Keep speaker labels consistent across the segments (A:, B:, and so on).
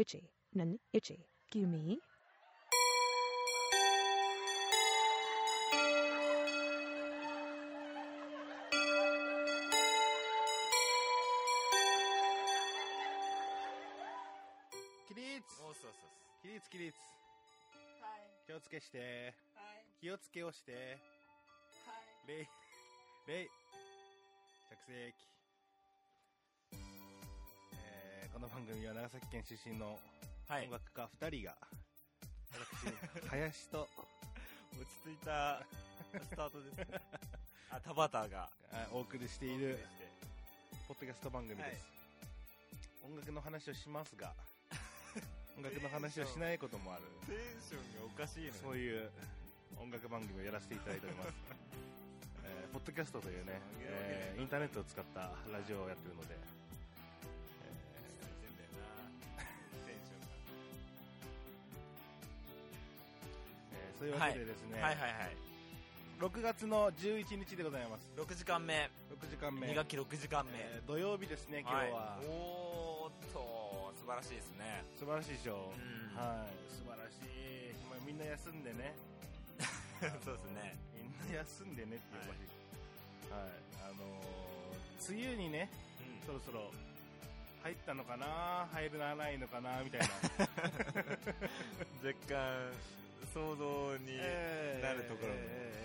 A: itchy, nan itchy, gimme.
B: 起立
C: おそうそうそ
B: 起立起立
D: はい
B: 気をつけして
D: はい
B: 気をつけをして
D: はい
B: 礼礼着席えーこの番組は長崎県出身の
C: う。は
B: 音
C: い。
B: 楽家2人が、私林と
C: 落ち着いたスタートです ね。あ、田畑が。
B: あお送りしているポッドキャスト番組です、音楽の話をします が音楽の話をしないこともある
C: テンションがおかしいのよ
B: そういう音楽番組をやらせていただいております。 えーポッドキャストというね、えーインターネットを使ったラジオをやってるので、
C: 失礼してんだよな。テンション
B: えーそういうわけでですね、
C: が。はいはいはい。
B: 6月の11日でございます。
C: 6時間目。
B: 6時間目。
C: 2学期6時間目。
B: えー土曜日ですね、今日は。
C: いおーっと、素晴らしいですね。
B: 素晴らしいでしょ
C: う。ん。
B: はい、素晴らしい。まあ、みんな休んで ね。
C: そうですね。
B: みんな休んでねっていう感じ。はい。あのー梅雨にね、
C: うん
B: そろそろ入ったのかな入るな、ないのかなみたいな。
C: 若干、想像になるところも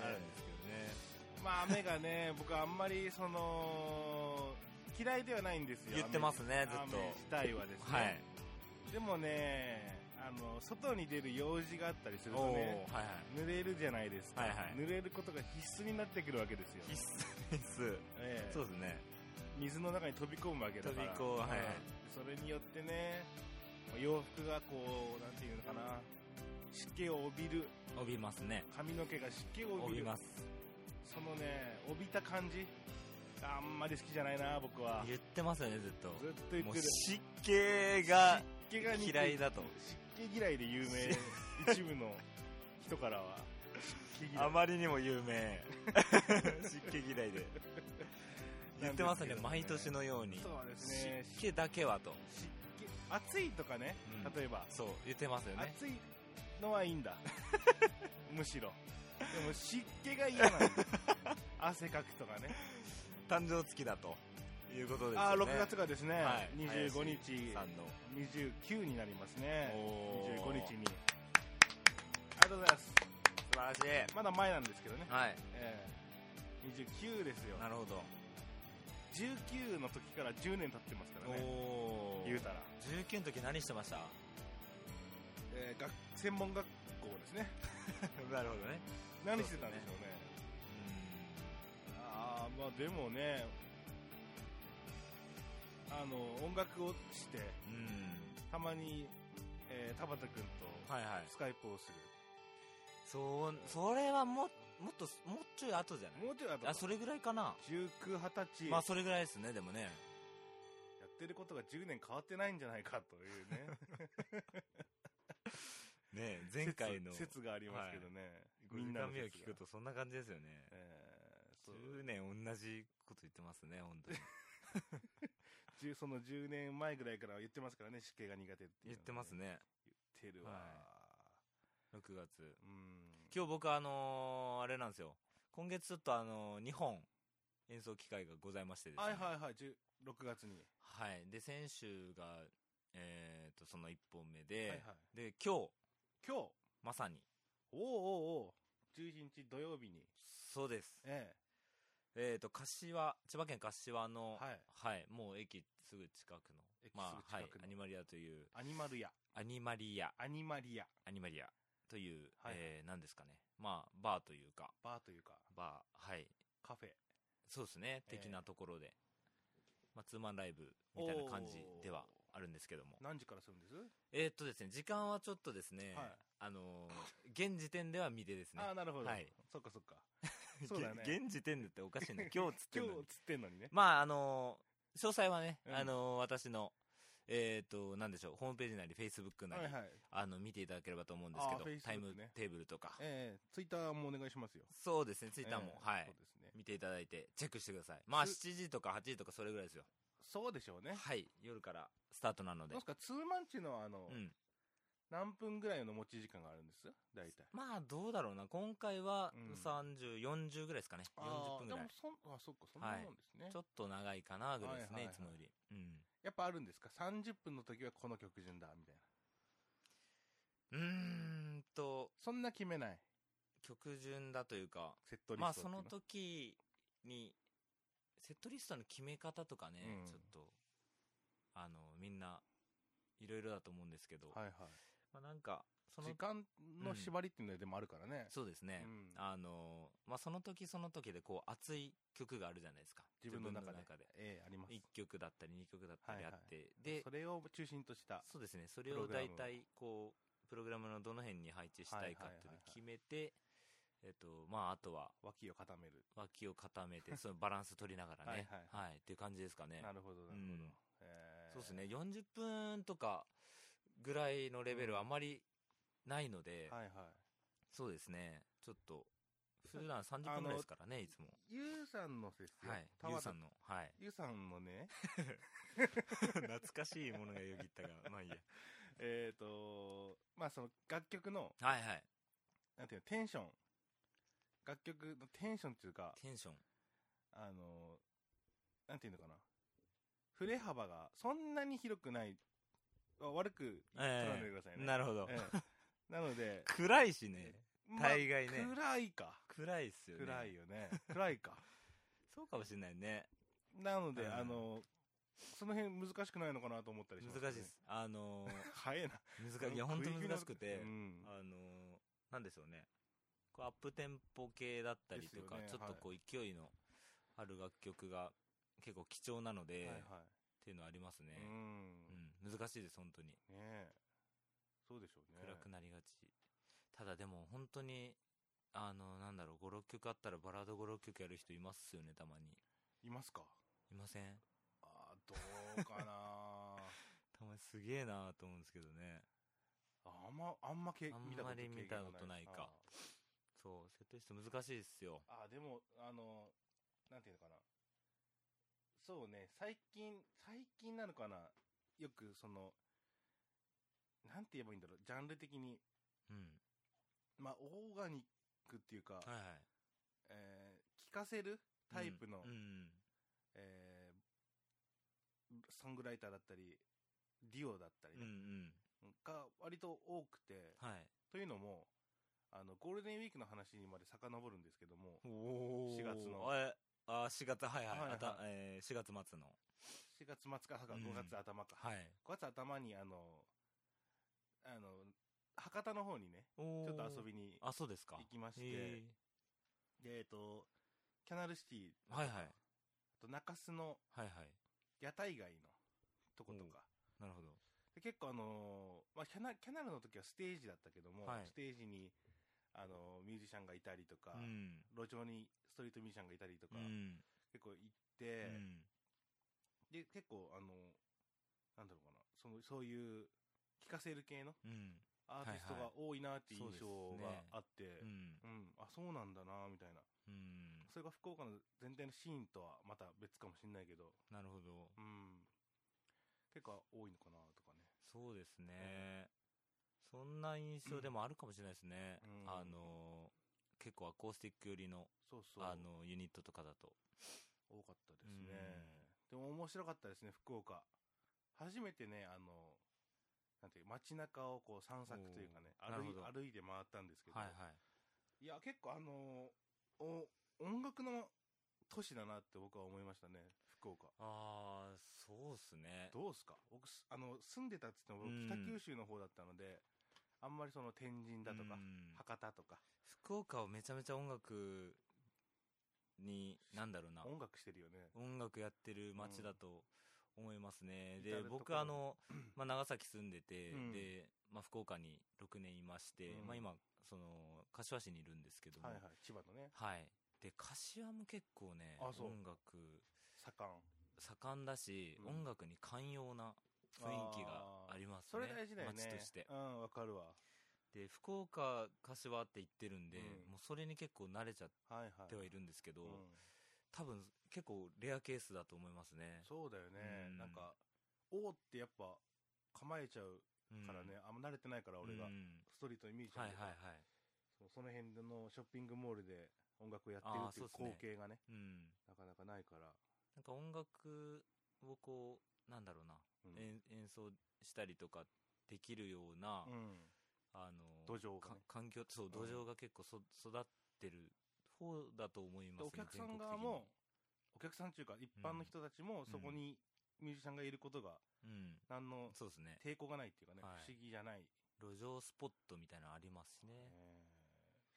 C: あるんですけどね。
B: まあ雨がね、僕あんまりその嫌いではないんですよ。
C: 言ってますね、ず
B: 雨
C: っと。
B: 雨自体はですね。
C: はい。
B: でもね、あの外に出る用事があったりする
C: お
B: と
C: お
B: ね、
C: はいはい。
B: 濡れるじゃないですか、
C: はいはい
B: 濡れることが必須になってくるわけですよ。
C: 必須必
B: ええ
C: 須。そうですね。
B: 水の中に飛び込むわけだから。
C: 飛び込むはいはい
B: それによってね、まあ洋服がこうなんていうのかな、湿気を帯びる、
C: 伸びますね。
B: 髪の毛が湿気を
C: 伸
B: 帯び
C: び
B: る。
C: ます。
B: そのね、帯びた感じ、あんまり好きじゃないな、僕は。ず
C: 言ってますよね、ずっと。
B: っと言
C: も
B: っ
C: う
B: てる。
C: 湿気が
B: 気が
C: 嫌いだと。
B: 湿気嫌いで有名、 一部の人からは。湿気嫌い
C: あまりにも有 名。湿気嫌いで。言ってますね、毎年のように。
B: そうですね。
C: 湿気だけはと。
B: 湿気、暑いとかね
C: うん、
B: 例えば。
C: そう、言ってますよね。
B: 暑いのはいい んだ。むしろ。でも湿気が嫌なんだ。 汗かくとかね。
C: 誕生月だと。いうことですよね。
B: ああ、6月がですね
C: はい、
B: 25
C: 林
B: 日
C: さ、んの。
B: 29になりますね。
C: おー
B: 25日にありがとうございます
C: 素晴らしい。
B: まだ前なんですけどね、
C: はい。
B: ええ29ですよ
C: なるほど。
B: 19の時から10年経ってますからね
C: お
B: 言うたら、
C: 19の時何してました
B: ええ学専門学校ですね
C: なるほどね。
B: 何してたんでしょうねああまあでもねあの音楽をして
C: うん。うん。
B: たまに、えー、田畑君と
C: はいはい。
B: スカイプをする、
C: そう、それはも、もっと、もうちょい後じゃない
B: もうちょいあと
C: あ、それぐらいかな。
B: 1920歳、
C: まあ、それぐらいですね、でもね。
B: やってることが10年変わってないんじゃないかというね
C: ね 前回の、
B: 説説がありますけどね、
C: みんな
B: の説
C: を
B: が
C: 聞くとそんな感じですよね。
B: えーそう
C: 10年同じこと言ってますね、本当に。
B: 10その10年前ぐらいから言ってますからね湿気が苦手っていうのは
C: 言ってますね、
B: 言ってるわ、
C: 6月。
B: うん
C: 今日僕、あのーあれなんですよ。今月ちょっとあのー、2本演奏機会がございましてですね。
B: はいはいはい10 6月に、
C: はいで、先週が、えっ、と、その1本目で、
B: はいはい
C: で、今日、
B: 今日おう
C: まさに、
B: おうおう11日土曜日に
C: そうです。
B: え
C: えっ、と、柏、千葉県柏の、
B: はい
C: もう駅すぐ近くの、
B: 駅
C: ます
B: ぐ
C: あ、はい
B: 近くの、
C: アニマリアという、
B: えアニマルヤ
C: アニマリア、
B: アニマリア
C: アニマリアという、
B: はい
C: えーなんですかね、まあ、バーというか、
B: バーというか
C: バー、はい、
B: カフェ
C: そうですね、
B: えー
C: 的なところで、まあ、ツーマンライブみたいな感じではあるんですけども、
B: 何時からするんです、
C: えーっとですね、時間はちょっとですね、
B: はい
C: あのー現時点では未定ですね
B: ああ。なるほど、
C: はい
B: そっかそっかそうだね
C: 現現時点でっておかしいね、今日つってん
B: 今
C: のに
B: 日つってんのにね
C: まあ、あのー詳細はね、
B: うん
C: あのー私の、えっ、と、なんでしょう、ホームページなり、フェイスブックなり、
B: はいはい
C: あの、見ていただければと思うんですけ
B: あ
C: ど、
B: ー Facebook
C: タイム
B: ね
C: テーブルとか、
B: ええツイッターもお願いしますよ
C: そうですね、ツイッターも、
B: ええ
C: は
B: そ、
C: いう
B: ですね
C: 見ていただいて、チェックしてください。まあ、
B: す
C: 7時とか8時とかそれぐらいですよ。
B: そうでしょうね。
C: はい、夜からスタートなので
B: もし。か、ツーマンチのあの
C: う、ん。
B: 何分ぐらいの持ち時間があるんです大体。
C: まあ、どうだろうな。今回は
B: うん
C: 30、40ぐらいですかね。40分ぐら
B: あーで
C: い
B: も。そん、あ、そっか、そんなもんですね。
C: ちょっと長いかな、ぐらいです
B: はいはい
C: ね、い
B: はい
C: つもより。うん。
B: やっぱあるんですか ?30 分の時はこの曲順だ、みたいな。
C: うーんと、
B: そんな決めない。
C: 曲順だというか、
B: セットリ
C: まあ
B: ストってい
C: そ
B: う
C: の時にセットリストの決め方とかね、
B: うん
C: ちょっとあのみんないろいろだと思うんですけど、
B: はいはい。
C: まあ、なんかその
B: 時間の縛りっていうのはでもあるからね。
C: そうですね、
B: うん
C: あのまあ、その時その時でこう熱い曲があるじゃないですか
B: 自分の中で。え
C: で
B: え、あります。
C: 1曲だったり2曲だったりあって、で
B: それを中心とした。
C: そうですねそれ
B: プロ
C: を
B: グラム
C: 大体こうプログラムのどの辺に配置したいかっていうのを決めてえっとまああとは
B: 脇を固める。
C: 脇を固めて、そのバランス取りながらね。
B: はい
C: はいっていう感じですかね。
B: なるほど、なるほど。ええ
C: そうですね。。40分とかぐらいのレベルはあまりないので、
B: はいは
C: そうですね。ちょっと、普段30分ぐらいですからね、いつも。
B: い。ゆうさんのですよ。
C: はい。
B: 田
C: ゆう
B: 畑
C: さんの、 はい。
B: ゆうさんのね、
C: 懐かしいものがよぎった が、まあいいや。
B: えっと、まあその楽曲の、
C: はいはい。
B: なんていうの、テンション。楽曲のテンションっていうか、
C: テンション。
B: あの、なんていうのかな。振れ幅がそんなに広くない。あ悪く捉えないでくださいね。
C: なるほど。
B: ええなの で、
C: 暗いしね。
B: まあ
C: 大概ね
B: 暗いか。
C: 暗いっすよね。
B: 暗いよね。暗いか。
C: そうかもしれないね。
B: なので、
C: うん
B: あの、その辺難しくないのかなと思ったりします、
C: 難しいです。。あのー、
B: 早いな。
C: 難いや、本当難しくて。
B: うん
C: あのーなんでしょうね。こうアップテンポ系だったりとか、
B: ですよ
C: ちょ
B: ね
C: っとこう勢いのある楽曲が結構貴重なので、
B: はい
C: っ
B: は
C: ていうのはあります
B: い。
C: ね
B: う。ん。ね
C: うん、難しいです、本当に。
B: えそうでしょうね。
C: 暗くなりがち。ただでも本当に、あのなんだろう、5、6曲あったらバラード5、6曲やる人いますよね、たまに。
B: いますか
C: いません
B: あーどうか な
C: たまにすげえなーと思うんですけどね。
B: あんま、あんまけ
C: あんま
B: 見たこと
C: り見たことない
B: 経験が
C: かそう、セットリスト難しいですよ。
B: あでもあのなんていうのかなそうね最近最近なのかなよくそのなんて言えばいいんだろうジャンル的に
C: うん。
B: まあオーガニックっていうか、
C: はいはい。
B: えー聞かせるタイプの、
C: うんうん
B: えーソングライターだったりデュオだったり
C: うんう
B: ね、
C: ん。
B: が割と多くて
C: はい。
B: というのもあのゴールデンウィークの話にまで遡るんですけども
C: お
B: 4月の
C: えあ4月はいは
B: は
C: い、
B: いはい
C: あたえー4月末の
B: 4月末か
C: うん
B: 5月頭か、
C: はい
B: 5月頭にあのあの博多の方にね
C: お
B: ちょっと遊び
C: に
B: に
C: あそうですか
B: 行きまして
C: え
B: でえっ、とキャナルシティ
C: ーはいはい
B: あと中洲の
C: はいはい
B: 屋台街のとことか
C: なるほど
B: で結構あのーまあ、キャナキャナルの時はステージだったけども、
C: はい
B: ステージにあのーミュージシャンがいたりとか、
C: うん
B: 路上にストリートミュージシャンがいたりとか、
C: うん
B: 結構行っ
C: う
B: て、
C: ん
B: で結構あのーなんだろうかなそのそういう聴かせる系の
C: うん
B: アーティスト
C: はいは
B: が
C: い
B: 多いなっていう印象
C: そうです
B: が
C: ね
B: あって、
C: うん
B: うん、あ、そうなんだなみたいな。
C: うん
B: それが福岡の全体のシーンとはまた別かもしれないけど、
C: なるほど
B: うん。結構多いのかなとかね。
C: そうですね、そんな印象でもあるかもしれないですね、
B: うん
C: あのー結構アコースティック寄りの
B: そうそう。
C: あのユニットとかだと
B: 多かったですね。でも面白かったですね、福岡。初めてね、あの、なんていう、街中をこう散策というかね、
C: おーなる
B: 歩
C: ほ
B: い
C: ど
B: 歩いて回ったんですけど、
C: はいはい
B: いや、結構あのお、音楽の都市だなって僕は思いましたね、福岡。
C: ああそうっすね
B: どうすか僕すあの住んでたっつっても
C: う
B: 僕
C: ん
B: 北九州の方だったので、あんまりその天神だとか、
C: うん
B: 博多とか
C: 福岡はめちゃめちゃ音楽に、なんだろうな、
B: 音楽してるよね
C: 音楽やってる街だと思います
B: う
C: ね。
B: ん至
C: で、
B: る所
C: 僕あの、まあ、長崎住んでて、
B: うん
C: で、まあ、福岡に6年いまして、
B: うん
C: まあ、今、その、柏市にいるんですけども、
B: は
C: はいい、
B: はい千葉のね
C: で、柏も結構ね、
B: あそう
C: 音楽
B: 盛ん
C: 盛んだし、
B: うん
C: 音楽に寛容な雰囲気がありますね。
B: それ大事だよね
C: 街として
B: う。んわかるわ
C: で、福岡、柏って言ってるんで、
B: うん
C: もうそれに結構慣れちゃっ
B: はいはい
C: てはいるんですけど、
B: うん
C: 多分結構レアケースだと思いますね。
B: そうだよね
C: う。ん
B: なんか、おーってやっぱ構えちゃう
C: うん
B: からね、あんま慣れてないから俺が
C: う、ん
B: ストリートに見えちゃ
C: は
B: う
C: い
B: んだけど
C: はいはい。
B: そうその辺のショッピングモールで音楽をやってるっていう
C: あーそうっ
B: 光
C: すね
B: 景がね、
C: うん。
B: なかなかないから。
C: なんか音楽をこう、なんだろうな、
B: うん
C: 演演奏したりとかできるような、
B: うん
C: あの、
B: 土壌が
C: か
B: ね。
C: 環境、そう、土壌が結構そ育ってる方だと思い
B: で
C: ますね
B: お客さ
C: 全
B: ん
C: 国
B: 側
C: 的に
B: も、お客さんというか一般の人たちも
C: ん
B: そこにミュージシャンがいることが
C: うん。
B: 何の
C: そうですね。
B: 抵抗がないっていうかね、
C: はい
B: 不思議じゃない。
C: 路上スポットみたいなのありますしね。
B: えー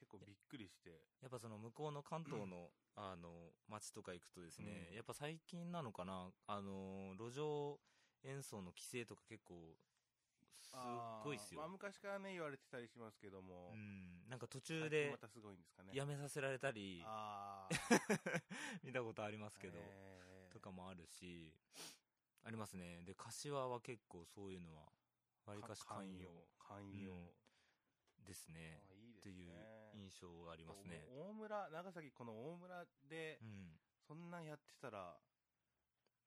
B: 結構びっくりして。
C: やっぱその向こうの関東の、あの、街とか行くとですね、
B: うん
C: やっぱ最近なのかな、あの、路上演奏の規制とか結構、すっごいっすよ。
B: あーまあ昔からね、言われてたりしますけども
C: う、ん。なんか途
B: 最
C: 中
B: 近
C: で
B: またすごいんですかね。
C: やめさせられたり、
B: あー
C: 見たことありますけど、
B: えー
C: とかもあるし、ありますね。で、柏は結構そういうのは、わりかし寛容
B: 寛容
C: うんですね。
B: あいいです
C: という
B: ね
C: 印象がありますね。
B: お大村長崎この大村で
C: うん。
B: そんなんやってたら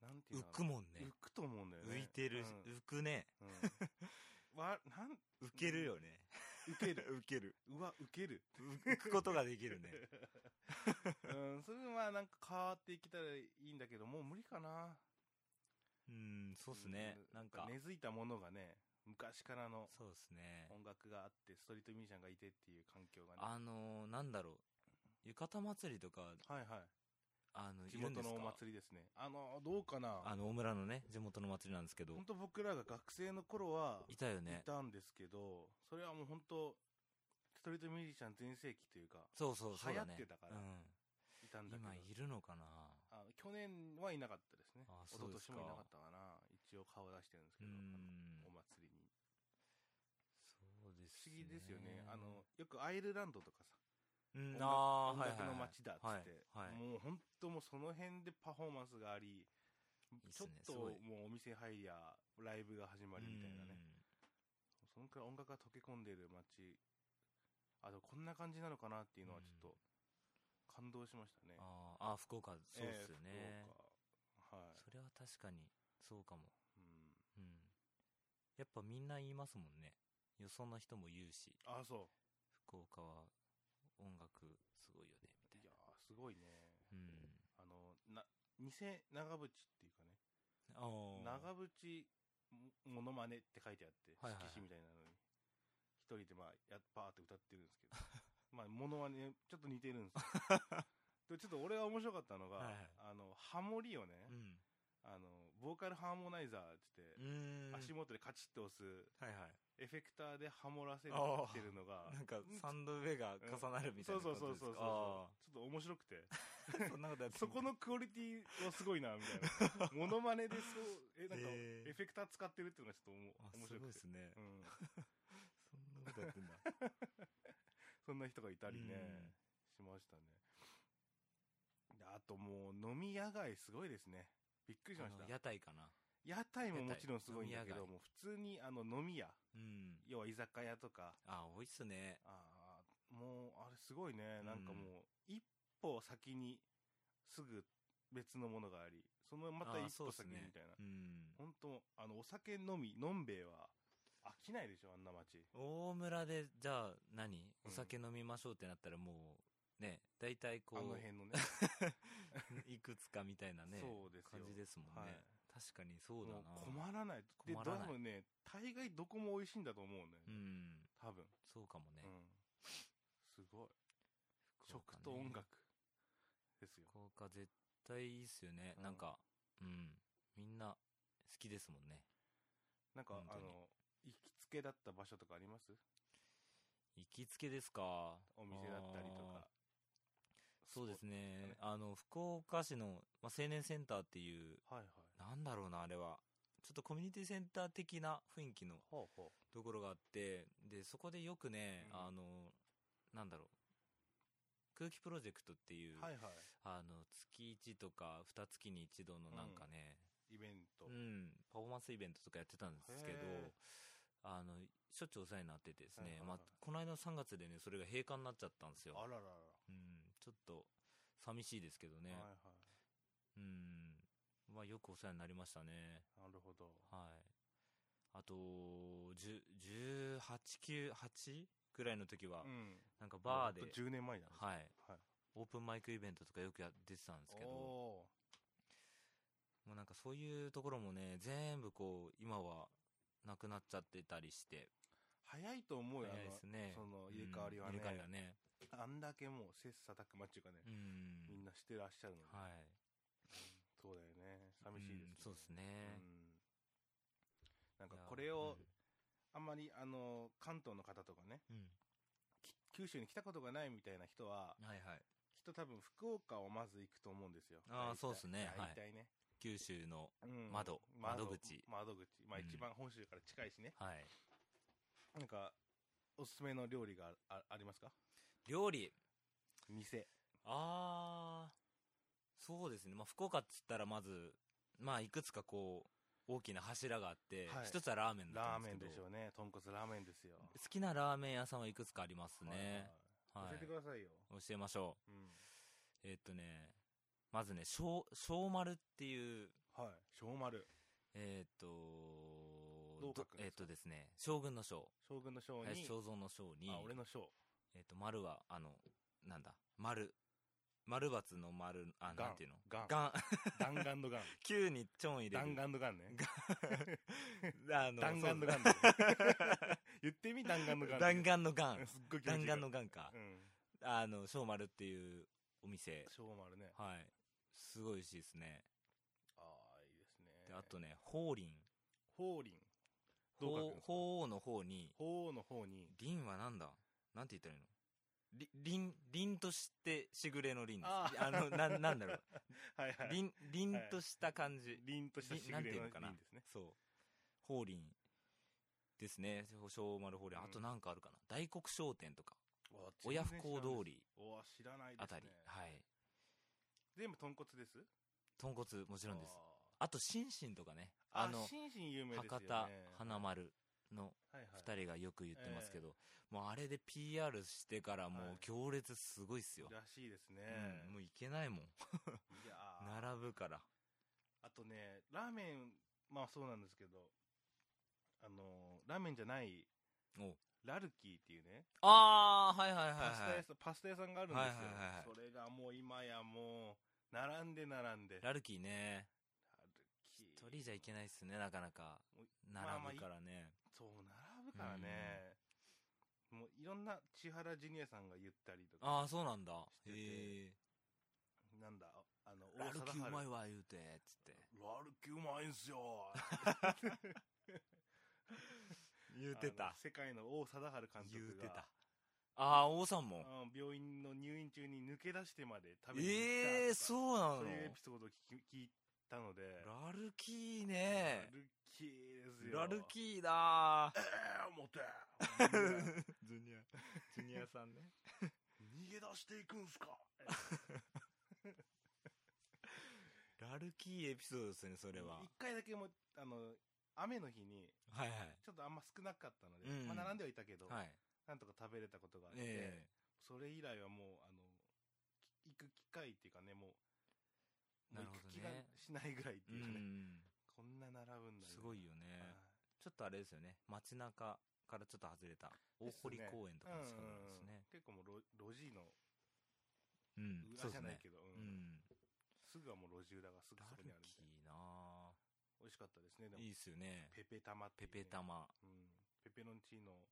B: なんていう
C: 浮
B: の
C: くもんね
B: 浮。くと思うんだよね
C: 浮いてる、
B: うん
C: 浮くね。
B: うん わなん
C: 浮けるよね。
B: 受ける
C: 浮ける。
B: うわ受ける
C: 浮浮くことができるね。
B: うんそれでまあなんか変わっていけたらいいんだけどもう無理かな
C: うん、そうっすね。
B: う
C: なんか、
B: 根付いたものがね昔からの
C: そうっすね。
B: 音楽があってストリートミュージシャンがいてっていう環境がね
C: あのーなんだろう。浴衣祭りとか、
B: はいはい
C: あの、
B: 地
C: いるんで
B: 元の
C: す
B: お
C: か
B: 祭りですね。あの、どうかな
C: あの、大村のね、地元の祭りなんですけど
B: 本、当僕らが学生の頃はい
C: たよ
B: い
C: ね。
B: たんですけど、それはもう本当ストリートミュージシャン全盛期というか、
C: そうそう、そうだね。
B: 流行ってたからいた
C: うんん。
B: だけど
C: 今、いるのかな
B: あの去年はいなかったですね
C: あ。
B: 一
C: そう
B: 昨
C: です
B: 年
C: か
B: もいなかったかな。一応顔出してるんです
C: う
B: けど、あの
C: ん。
B: お祭りに。
C: そうです。
B: 不思議ですよね。あの、、よくアイルランドとかさ、音
C: うん、
B: 楽
C: あ
B: 音楽
C: ーはいはいはい。
B: の街だっつって、
C: はいはい
B: もう本当もうその辺でパフォーマンスがあり、ち
C: いっす
B: ょっ
C: ね
B: と
C: すごい
B: もうお店入りや、ライブが始まりみたいなね
C: う。ん
B: そのくらい音楽が溶け込んでいる街、あ、でもこんな感じなのかなっていうのはちょっと感動しましたね。
C: あーあー、福岡、そうっすよ
B: ええ。。
C: ね
B: 福岡はい。
C: それは確かに、そうかも。
B: うん、
C: うん。やっぱみんな言いますもんね。よその人も言うし、
B: あ、そ
C: 福岡は音楽すごいよね、
B: う。い
C: みたいな
B: や。ーすごいね。
C: うん。
B: あの、な、偽長渕っていうかね、
C: あー
B: 長渕ものまねって書いてあって、
C: はいはいはい
B: 色紙みたいなのに、一人でまあ、やっぱーって歌ってるんですけど、 まあ、ものまね、ちょっと似てるんですよ でちょっと俺が面白かったのが、
C: はいはい
B: あの、ハモリをね、
C: うん。
B: あの、ボーカルハーモナイザーって
C: う
B: って、
C: ーん。
B: 足元でカチッと押す、
C: はいはい。
B: エフェクターでハモらせる
C: あー
B: ってるのが、
C: なんか、サンドウェイが重なるみたい
B: そう
C: なこ
B: そ
C: と
B: うそうそう
C: ですか。
B: そう。ちょ
C: あ
B: っと面白くて。
C: ーそんなことやってんだ
B: そこのクオリティはすごいな、みたいな。モノマネでそう、え、なんか、
C: へー
B: エフェクター使ってるっていうのがちょっとおも
C: あ
B: 面
C: す
B: 白
C: ごい
B: く
C: で
B: て
C: す。ね
B: う。ん。
C: そんなことやってんだ。
B: そんな人がいたりねし
C: うん、
B: ましたね。であともう、飲み屋街すごいですね。びっくりしまし
C: あの
B: た
C: 屋。台かな。
B: 屋台ももちろんすごいんだけ
C: 屋
B: ど、
C: 台
B: もう普通にあの飲み屋、
C: うん。
B: 要は居酒屋とか、
C: あ、多いっすね。
B: あーもう、あれすごいね。なんか
C: うん
B: もう、一歩先にすぐ別のものがあり、そのまた
C: あ
B: 一
C: そう
B: 歩
C: っす
B: 先にみたいな
C: ね。うん。
B: 本当あの、お酒飲み、のんべえは飽きないでしょ、あんな街。
C: 大村で、じゃあ何、
B: うん
C: お酒飲みましょうってなったらもう、ね、大体こ
B: あの
C: う、
B: 辺のね。
C: いくつかみたいなね、
B: そうですよ
C: 感じですもんね。
B: はい
C: 確かにそうだな
B: も。う困らない。で、
C: 困らない
B: 多分ね、大概どこも美味しいんだと思うね。
C: うん。
B: 多分。
C: そうかもね
B: う。ん。すごい。
C: 福
B: 食
C: 岡ね
B: と音楽。ですよ。
C: 福岡絶対いいっすよね。
B: うん
C: なんか、うん。みんな好きですもんね。
B: なんか
C: 本、
B: あ
C: 当に
B: の、行きつけだった場所とかあります
C: 行きつけですか。
B: お店だったりとか。
C: そうですね
B: ね。
C: あの、福岡市の、まあ、青年センターっていう、
B: はいはい。
C: なんだろうな、あれは。ちょっとコミュニティセンター的な雰囲気の
B: ほうほ
C: ところがあって、で、そこでよくね、
B: うん
C: あの、なんだろう。空気プロジェクトっていう、
B: はいは
C: あの、月1とか2月に1度のなんかね、
B: い。イベント。
C: うん、パフォーマンスイベントとかやってたんですけど
B: へえ、
C: あの、しょっちゅうお世話になっててです
B: はいはい
C: ね、
B: はい
C: まあ、この間の3月でね、それが閉館になっちゃったんですよ。
B: あららら。
C: うん、ちょっと寂しいですけどね、
B: はいはい。
C: うん。まあ、よくお世話になりましたね。
B: なるほど。
C: はい。あと、10 18、9、8? ぐらいの時は、
B: うん。
C: なんかバーで
B: ほん、と10年前だね。
C: はい。
B: はい。
C: オープンマイクイベントとかよくや出てたんですけど、も
B: お
C: うなんかそういうところもね、全部こう、今はなくなっちゃってたりして、
B: ー早いと思うよ、
C: 早いですね。
B: あのその
C: うん
B: 入れ替わりはね
C: 入れ替わりはね。
B: あんだけもう切磋琢磨っていうかね、
C: う
B: み
C: ん。
B: んなしてらっしゃるので、
C: はい。
B: そうだよね。寂しいです、ね
C: うんそうですね。
B: うんなんか
C: いや
B: これを、
C: うん
B: あんまり、あの、関東の方とかね、
C: うん。
B: き九州に来たことがないみたいな人は、
C: はいはい。
B: 人多分福岡をまず行くと思うんですよ。
C: あ
B: 大体
C: ーそうっすねはい
B: 大体ね。
C: 九州の、
B: うん
C: 窓窓口
B: 窓口。まあ
C: うん
B: 一番本州から近いしね。
C: はい。
B: なんか、おすすめの料理がああありますか
C: 料理。
B: 店。
C: あー、そうですね。まあ、福岡っつったらまず、まあ、いくつかこう、大きな柱があって、
B: はい
C: 一つはラーメンだ
B: ラ
C: と
B: ー
C: 思
B: メ
C: うん
B: ン
C: で
B: ですし
C: けど、
B: ょうね。豚骨ラーメンですよ。
C: 好きなラーメン屋さんはいくつかありますね。
B: はい
C: は
B: 教え
C: い
B: てく。ださいよ。
C: 教えましょ
B: うん。
C: う。えっとね、まずね、小、小丸っていう、
B: はい。小丸。
C: えっと、
B: どう書
C: ど
B: くんですか
C: えっとですね、将軍の将、
B: 将軍の将に。
C: 林正蔵の将に、
B: あ、俺の将。
C: えっと、丸は、あの、なんだ、丸。丸×の丸、あ、
B: ガン
C: なんていうの
B: ガン
C: ガン。
B: 弾丸のガン。
C: 9にチョン入れる。
B: 弾丸のガンね。
C: あの
B: 弾丸のガン。 言ってみ弾丸のガン。
C: 弾丸のガン
B: うん。すっごい気持ちいい
C: 弾丸のガンか
B: う。ん。
C: あの、小丸っていうお店。
B: 小丸ね。
C: はい。すごい美味しいですね。
B: ああ、いいですね。
C: であとね、法輪。
B: 法輪。どう書くん
C: 法
B: ですか
C: 法王の方に、
B: 法の方に。
C: 輪はなんだなんて言ったらいいのり輪、輪としてしぐれの輪です。
B: あ
C: あ
B: ー
C: の、な、なんだろう。
B: はい はい。
C: 輪、輪とした感じ。
B: 輪としたしぐ
C: なんて
B: れ
C: いう
B: の
C: のかな
B: 輪ですね。
C: そう。法輪ですね。小丸法輪。
B: うん
C: あとなんかあるかな。大黒商店とか、
B: わ
C: 親不孝通。り
B: 全然知らないですおー知らないですね。
C: あたり。はい。
B: 全部豚骨ですも
C: 豚骨、もちろんです。。あと、シンシンとかね。
B: あー
C: あ
B: あの、
C: の、
B: 心身有名ですよ
C: 博
B: ね。
C: 多、花丸の
B: はいはい
C: 二人がよく言ってますけど、もうあれで PR してからも
B: はいう
C: 行列すごいっすよ。
B: らしいですね。
C: うん、もういけないもん。
B: いやー
C: 並ぶから。
B: あとね、ラーメン、まあそうなんですけど、あのーラーメンじゃない、
C: お
B: ラルキーっていうね、
C: あー、はいはいはい
B: パスタ
C: は
B: 屋
C: い。
B: さん、パスタ屋さんがあるんですよ。
C: はいはいはいはい
B: それがもう今やもう、並んで並んで。
C: ラルキーね。
B: ラルキー
C: 一人じゃいけないっすね、なかなか
B: もう。まあ
C: 並ぶ
B: い
C: からね。
B: そう、並ぶからね。もういろんな千原ジュニアさんが言ったりとか、
C: あー、そうなんだ。
B: 知ってて
C: へ
B: なんだ、あの、
C: ー。ラル
B: 大
C: キー
B: 貞
C: う
B: 治
C: まいわ、言うて、つって。
B: ラルキーうまいんすよ。
C: 言う
B: 言
C: てた。
B: 世界の王貞治監督が。
C: 言うてた。あー、王さんも。
B: うん病院の入院中に抜け出してまで食べに行った
C: ええー、
B: う
C: そうなの
B: そういうエピソードを聞き聞いたので。
C: ラルキーね
B: ラ。ルキーですよ。
C: ラルキ ーだ
B: ええ持て逃
C: ジュニア、 ジュニアさんね。
B: げ出していくんすか
C: ラルキーエピソードですね、それは。
B: 一回だけも、あの、雨の日に、
C: はいはい。
B: ちょっとあんま少なかったので、
C: うん
B: まあ並んではいたけど、
C: はい。
B: なんとか食べれたことがあって、
C: え
B: それ以来はもう、あの、き行く機会っていうかね、もう、も
C: な
B: う
C: る
B: 行
C: ほど
B: く気が
C: ね
B: しないぐらいって
C: え
B: いううかね、
C: ん。
B: こんな並ぶんだ
C: すごいよね。
B: はい
C: ちょっとあれですよね。街中からちょっと外れた。大堀公園とかにしかないですね。
B: 結構もう路路地の
C: うん。そ
B: 裏じゃ
C: うです
B: ない
C: ね
B: け。ど、
C: う
B: うん
C: ん。
B: すぐはもう路地裏がすぐ
C: ラ
B: そこ
C: ル
B: にあるんで
C: キーな
B: 美味しかったですねで
C: ぁ
B: も
C: いいっすよね。
B: ペペ玉ってい
C: ペ
B: うね
C: ペ玉、
B: うん、ペペロンチーノの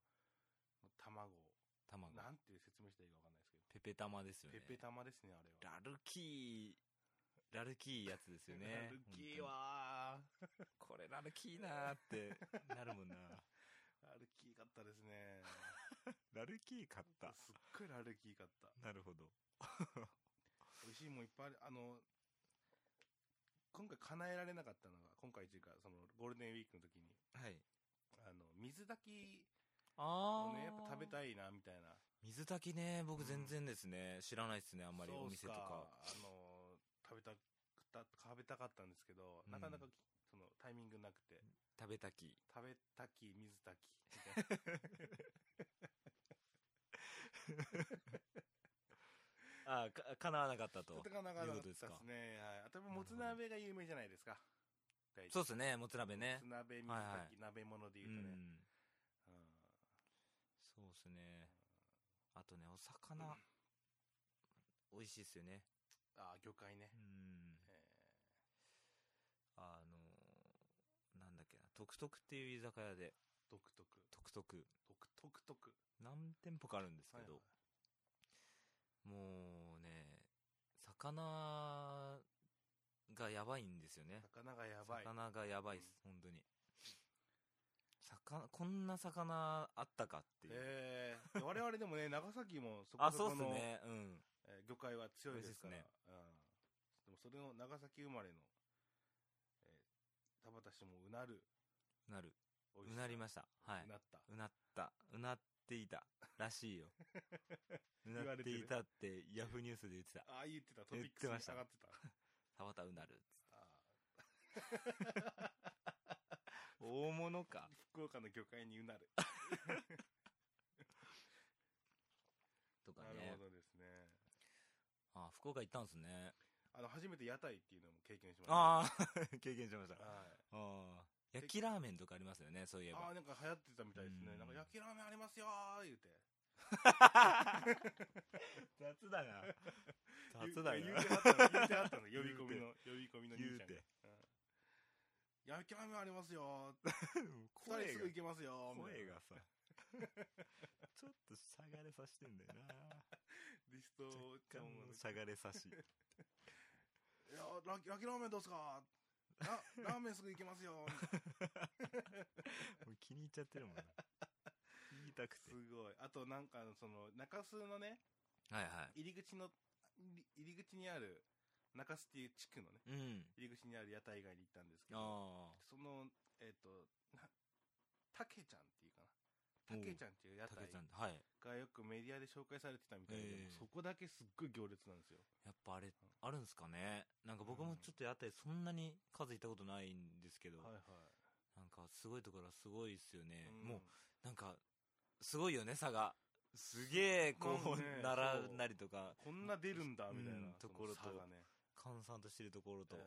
B: 卵
C: 卵。
B: なんて説明したらいいかわかんないです
C: ペペ玉ですよ
B: けど、
C: ね。
B: ペペ玉ですねあれは。
C: ラルキー、ラルキーやつですよね
B: ラルキーは
C: これラルキーなーってなるもんな。
B: ラルキーかったですね
C: ラルキー買っ
B: すっごいラルキーかった
C: なるほど。
B: 美味しいもんいっぱいあるあの今回叶えられなかったのが今回っていうかそのゴールデンウィークの時に
C: はい。
B: あの水炊き
C: あ
B: を
C: あ。
B: ねやっぱ食べ
C: い。
B: たいなみたいな
C: 水炊きね、
B: う
C: 僕
B: ん
C: 全然ですね、知らないですね、あんまり
B: そう
C: お
B: っす
C: 店とか。
B: あの食べたくた食べたかったんですけど、
C: うん
B: なかなかきそのタイミングなくて
C: 食べ炊き。
B: 食べたき水炊きみたいな
C: ああか叶わなかったと
B: 戦わなかった
C: いうこと
B: で
C: ですすか
B: ね。はい。あと、もつ鍋が有名じゃないですか。
C: そうですねもつ鍋ね
B: もつ鍋、水
C: はいは
B: 炊き、鍋物で
C: う
B: 言うとね。
C: ん
B: うん
C: そうですねあとねお魚美味しいですよね
B: あー、魚介ね
C: う。ん
B: え
C: あのなんだっけなトクトクっていう居酒屋で
B: ー独特。
C: トクトク
B: 独特特。
C: 何店舗かあるんですけど、もうね魚がやばいんですよね
B: 魚がやばい。
C: 魚がやばいです、本当に魚こんな魚あったかっていう、
B: ええ我々でも ね、長崎もそこ
C: あ
B: そこ
C: そうっす
B: の、
C: ねうん
B: えー魚介は強いですから。
C: 美味し
B: うん。でもそれの長崎生まれの、えー、田畑氏もうなる。
C: なる
B: 美味し
C: う
B: さ
C: なりましたはいう
B: なった。
C: うなったうなっていたらしいよう
B: 言
C: な
B: わ
C: っ
B: れ
C: て
B: てる
C: いたってヤフーニュースで言ってた
B: ああ、言ってた。トピッ
C: 言って
B: クスに
C: まし
B: 従
C: た
B: ってた。
C: 田畑うなる
B: あ
C: 大物か
B: ー福岡の魚介にうなる。
C: とか
B: な
C: ね
B: るほどですね。
C: あ福岡行ったんですね
B: あの、初めて屋台っていうのも経験しました。あ。
C: ああ 経験しました
B: はい。
C: あー焼きラーメンとかありますよねそういえ
B: あ
C: ば
B: あ、なんか流行ってたみたいですね
C: う。ん
B: なんか焼きラーメンありますよー言うて。
C: 雑だな 雑だ
B: だ
C: な
B: 言うてはったの、言うてはったの、呼び込みの、呼び込みの
C: 言
B: 兄
C: う
B: ちゃん
C: て
B: が。うん焼きラーメンありますよー。二
C: 声
B: 人すぐ
C: が
B: 行けますよー。みたい
C: 声
B: な
C: がさちょっと下がれさしてんだよな
B: リストをちゃんもね
C: 下がれさし
B: いやラ焼きラーメンどうすかラ ラーメンすぐ行けますよー。
C: もう気に入っちゃってる もんな言いたくて
B: すごい。あとなんか、その、中洲のね、
C: はいは
B: 入り口の、入り入り口にある、中洲っていう地区のね、
C: いうん
B: 入り口にある屋台街に行ったんですけど、
C: あ
B: その、えっ、と、な、たけちゃんっていうかな。
C: お
B: た
C: う
B: けちゃんっていう屋
C: あ竹
B: 台
C: ちゃんはい
B: がよくメディアで紹介されてたみたいで、
C: ええ
B: もうそこだけすっごい行列なんですよ。
C: やっぱあれあるんですかねなんか僕もちょっと屋台そんなに数行ったことないんですけど、
B: はいはい。
C: なんかすごいところはすごいっすよね、
B: ん
C: もうなんかすごいよね差がすげえこ
B: なん
C: う
B: かね
C: 並
B: そうん
C: だりとか
B: こんな出るんだ、みたいな、
C: うんところと
B: その差がね。
C: 閑散としてるところと、
B: え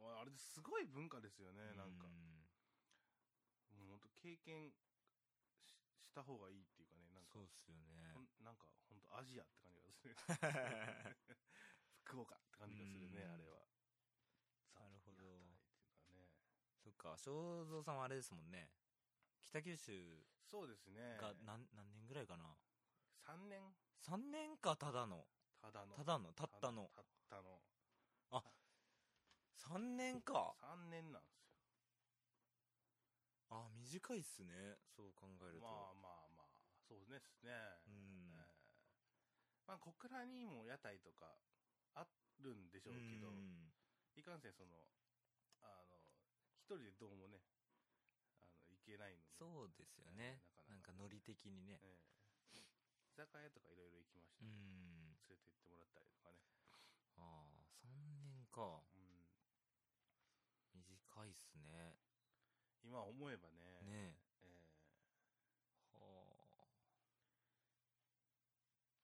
B: えあれすごい文化ですよね、なんか
C: う。
B: もう本当経験しした方がいいっていうかね、なんか
C: そう、っすよ
B: ほ
C: ね
B: んなんか本当アジアって感じがす る。
C: な
B: 福岡って感じがするね、
C: うん
B: あれは。
C: るほど
B: 屋台っていうかね
C: そっか正蔵さんはあれですもんね北九州
B: そうですね。
C: が何,、何年ぐらいかな
B: 3年
C: 3年かただの
B: ただの。
C: ただのたったの
B: たったの。
C: 3年か
B: 3年なんですよ。
C: あ短いっすねそう考えると、
B: まあまあまあ、そうですね。
C: うん
B: ええまあ、小倉にも屋台とかあるんでしょうけど、
C: うん
B: いかんせんその、あの、一人でどうもね、あの、行けないので。
C: そうですよね
B: なかなか
C: なんかノリ的にね
B: ええ居酒屋とかいろいろ行きました
C: う
B: ね、
C: ん
B: 連れて行ってもらったりとかね。
C: ああ3年か
B: うん
C: 短いっすね
B: 今思えばね。
C: ね
B: ええ
C: はあ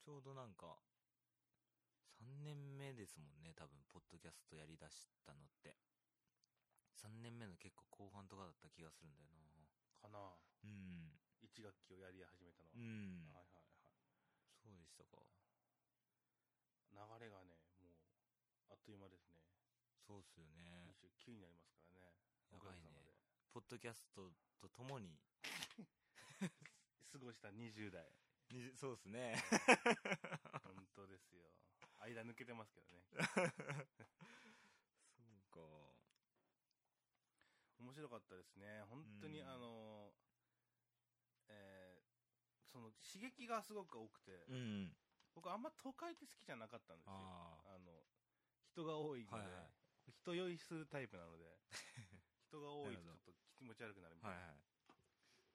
C: ちょうどなんか3年目ですもんね多分ポッドキャストやりだしたのって3年目の結構後半とかだった気がするんだよな
B: かな
C: うん
B: 一学期をやり始めたのは。は
C: う
B: いはいは
C: ん
B: い。
C: そうでしたか
B: 流れがね、もう、あっという間ですね。
C: そうっすよね
B: 29になりますからね。
C: や
B: お
C: ば
B: か
C: い
B: げさ
C: ね
B: まで。
C: ポッドキャストとともに
B: 過ごした20代。
C: に そうっすね
B: 本当ですよ。間抜けてますけどね。
C: そうか
B: 面白かったですね。本当に、
C: うん
B: あの、えーその刺激がすごく多くて、
C: うん
B: 僕あんま都会って好きじゃなかったんですよ。
C: ああ
B: あの、人が多いので、
C: はいはい
B: 人酔いするタイプなの で、人が多いと
C: な
B: ちょ
C: るほ
B: っと気持ち悪くなるみたい
C: はい
B: な。
C: はい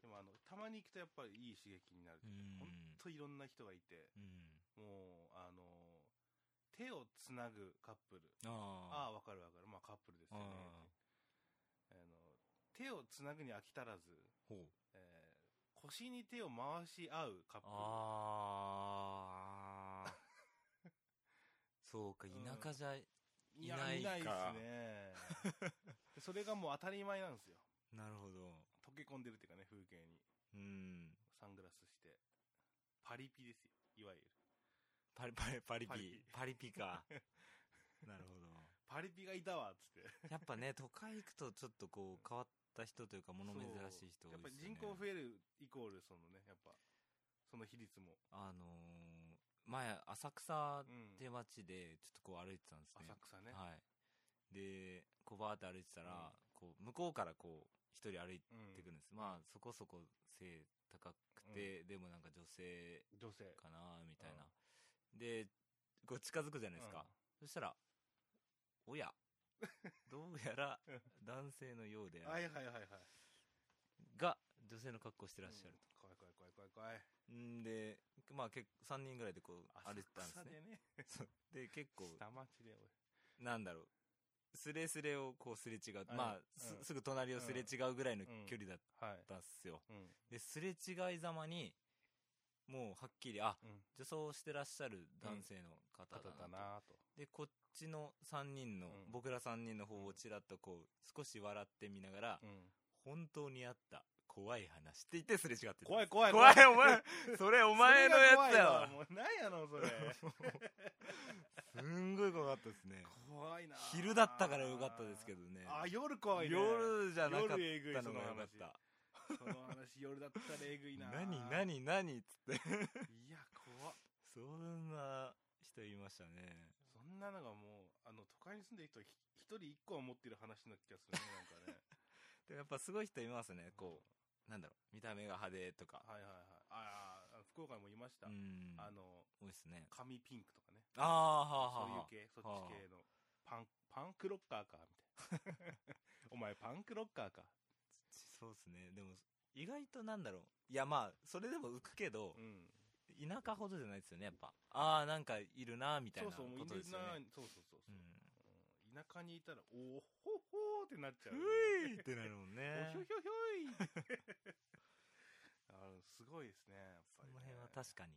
B: でもあの、たまに行くとやっぱりいい刺激になる
C: う。ん
B: 本当いろんな人がいて、
C: うん
B: もう、あの、手をつなぐカップル。ああ、
C: あ
B: わかるわかる。まあカップルです
C: あ
B: よね。
C: あ
B: あの、手をつなぐに飽き足らず、
C: ほう
B: えー腰に 手を回し合うカップル。
C: あそうか、
B: うん
C: 田舎じゃ、
B: いや、
C: い
B: 見
C: な
B: ないい
C: か
B: ですね。それがもう当たり前なんですよ。
C: なるほど。
B: 溶け込んでるっていうかね、風景に。
C: うん。
B: サングラスして。パリピですよ、いわゆる。
C: パリ、パリ、パリ
B: パリ
C: ピ
B: ピ。
C: パリピ か。なるほど。
B: パリピがいたわ、つって。
C: やっぱね、都会行くとちょっとこう、変わった人というか、物珍しい人
B: そうや
C: 多い
B: っ
C: で
B: ぱ
C: す
B: り
C: よね。
B: 人口増えるイコール、そのね、やっぱ、その比率も。
C: あのー前、浅草
B: うん
C: って街で、ちょっとこう歩いてたんですね。
B: 浅草ね。
C: はい。で、こうバーって歩いてたら、
B: うん
C: こう、向こうからこう、一人歩いて
B: うん
C: くるんです。まあ、そこそこ背高くて、でもなんか女性
B: 女性。
C: かな、みたいな。で、こう近づくじゃないですか。そしたら、お や、どうやら
B: うん
C: 男性のようで
B: うん
C: あ
B: はい
C: る
B: はいはいはい。
C: が、女性の格好してらっしゃる
B: と。怖い怖い怖い怖い怖い。
C: と。んで、まあ結構3人ぐらいでこう歩いてたんです
B: 浅草
C: ね
B: で。ね。
C: そうで、結構、
B: 下町で、おい
C: なんだろう、すれすれをこうすれ違う、
B: はい
C: まあ、
B: うん
C: すすぐ隣をすれ違うぐらいの距離だっ
B: はい。
C: たっすよ。
B: うん。
C: で、すれ違いざまに、もうはっきり、あ、
B: うん。
C: 女装してらっしゃる男性の方
B: ただ
C: だなと
B: だなぁと。
C: で、こっちの3人
B: う
C: の、
B: ん
C: 僕ら3人の方
B: う
C: を
B: ん
C: ちらっとこう、少し笑ってみながら、
B: うん。
C: 本当にあった怖い話って言ってすれ違ってた
B: 怖い
C: い
B: 怖い
C: 怖い、お前、それお
B: お
C: 前のやつだわ。
B: もう何やの それ
C: すんごい怖かったですね。
B: 怖いなぁ
C: 昼だったからよかったですけどね。
B: あ夜怖いね
C: 夜じゃなかっ
B: 夜えぐい
C: たの
B: その
C: がよかっ
B: 話
C: た。
B: その話夜だったらえぐいなぁ
C: 何何何っつって。
B: いや怖っ
C: そんな人いましたね。
B: そんなのがもうあの都会に住んでる人ひ一人一個は持ってる話な気がするねなんかね
C: でやっぱすごい人いますね。こう、なんだろう、見た目が派手とか。
B: はいはいはいああ福岡にもいました、
C: うん。
B: あの
C: 多いですね。
B: 髪ピンクとかね
C: ああ、はあはあはあ。
B: そういう系そっち系のパンパンクロッカーかみたい なお前パンクロッカーか
C: そうですね。でも、意外となんだろう。いやまあ、それでも浮くけど
B: う、ん
C: 田舎ほどじゃないですよね、やっぱ。ああ、なんかいるな、みたいなこ
B: そうそうもう
C: とですよね。
B: そうそうそうそうう、
C: ん。
B: うん田舎にいたらおほほーってなっちゃう、
C: ふいってなるもんね。
B: おひょひょひょいあのすごいですねやっぱ
C: そ
B: り、ね、
C: の辺は確かに。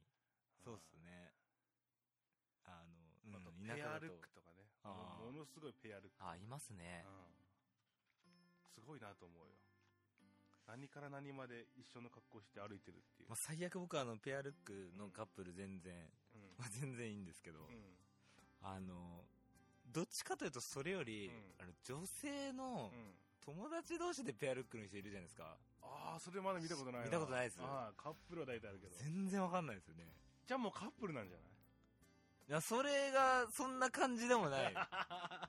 C: そうっす
B: はい
C: ね。あの、
B: あと
C: うん、
B: ペ
C: 田舎
B: ア
C: だ
B: ル
C: と
B: ッ。クとかね
C: あー
B: ものすごいペアルック
C: あ、いますね。
B: うんすごいなと思うよ何から何まで一緒の格好して歩いてるっていう
C: まあ、、最悪僕はあの、ペアルックのカップル全然、
B: うん
C: まあ、全然いいんですけど、
B: うん
C: あの、どっちかというとそれより、
B: うん
C: あの、女性の
B: うん
C: 友達同士でペアルックの人いるじゃないですか。
B: ああそれまだ見たことない
C: 見たことないです
B: あーカップルは大体あるけど
C: 全然わかんないですよね。
B: じゃあもうカップルなんじゃない
C: いや、それが、そんな感じで もない。あ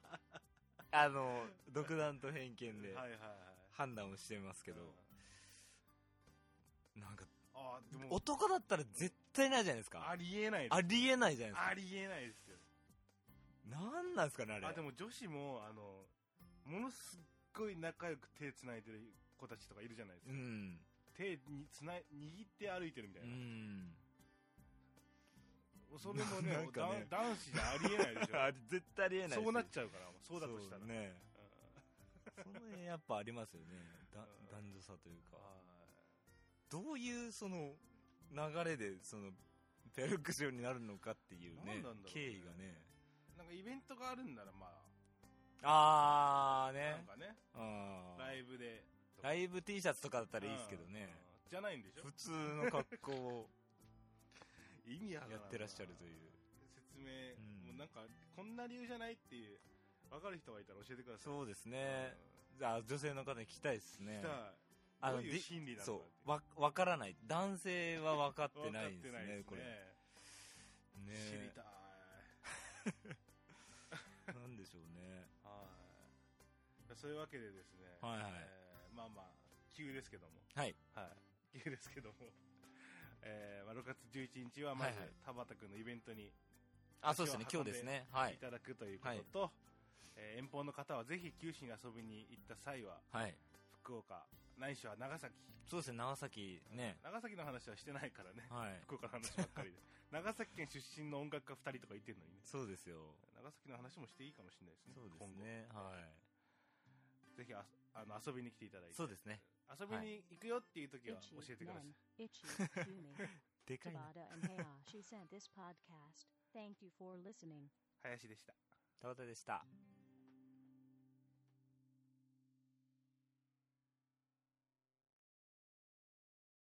C: の、独断と偏見で
B: はいはいはい
C: 判断をしてますけど、
B: うん
C: なんか、
B: あーでも
C: 男だったら絶対ないじゃないです
B: あ
C: か。
B: りえないです
C: ありえないじゃないですか。
B: ありえないですよ
C: なんなんですかね、あれ。
B: あでも女子もあのものすっごい仲良く手つないでる子たちとかいるじゃないです
C: う
B: か、
C: ん。
B: 手につない握って歩いてるみたいうな、
C: ん。
B: それもね
C: なんかね
B: だ男子じゃありえないでし
C: あ絶対ありえない
B: ょそうなっ
C: ゃ
B: ちゃうからそうだとしたら、
C: ね。
B: うん
C: その辺やっぱありますよね。だ
B: うん
C: 男女差というか。
B: はい
C: どういう、その、流れで、その、ペアルックションになるのかっていうね
B: 何なんだろうね、
C: 経緯がね。
B: なんかイベントがあるんならまあ
C: あー
B: なん
C: ね。
B: かね
C: あー
B: ライブで
C: ライブ T シャツとかだったらいいですけど
B: うん
C: ね。
B: じゃないんでしょ
C: 普通の格好を
B: 意味わからんな
C: やってらっしゃるという。
B: 説明、
C: うん
B: もうなんかこんな理由じゃないっていう分かる人がいたら教えてください
C: そうですね。じゃあ、女性の方に聞きたいです
B: うん
C: ね
B: 来。た
C: あ
B: ど
C: の
B: ういう心理なのかっ
C: そ
B: て
C: う。わ、わからない。男性は分かってないです
B: 分かってない
C: ね、これ。ね
B: 知りたい
C: なんでしょうね。
B: はいそういうわけでですね、
C: はいはい
B: えーまあまあ急ですけども
C: はい。
B: はい急ですけどもえーまあ、6月11日はまず
C: はいはい
B: 田畑君のイベントに
C: あ、そうですね、
B: 足を運
C: 今
B: ん
C: 日
B: で
C: ですね。はい
B: い。ただくということと、えー遠方の方はぜひ九州に遊びに行った際は
C: はい。
B: 福岡ないしは長崎
C: そうですね、長崎ね。
B: 長崎の話はしてないからね
C: はい。
B: 福岡の話ばっかりで長崎県出身の音楽家2人とか言ってるのにね
C: そうですよ。
B: 長崎の話もしていいかもしれないですね
C: そうです
B: 今後
C: ね。は
B: ぜひああの遊びに来ていただい
C: い。
B: て
C: そうですね。
B: 遊びに行くよっていう時は教えてください、
A: Ichi, Kumi,
C: でかいな。
A: Tabata, and Hayashi sent this podcast. Thank you for listening.
B: 林でした。
C: 田畑でした。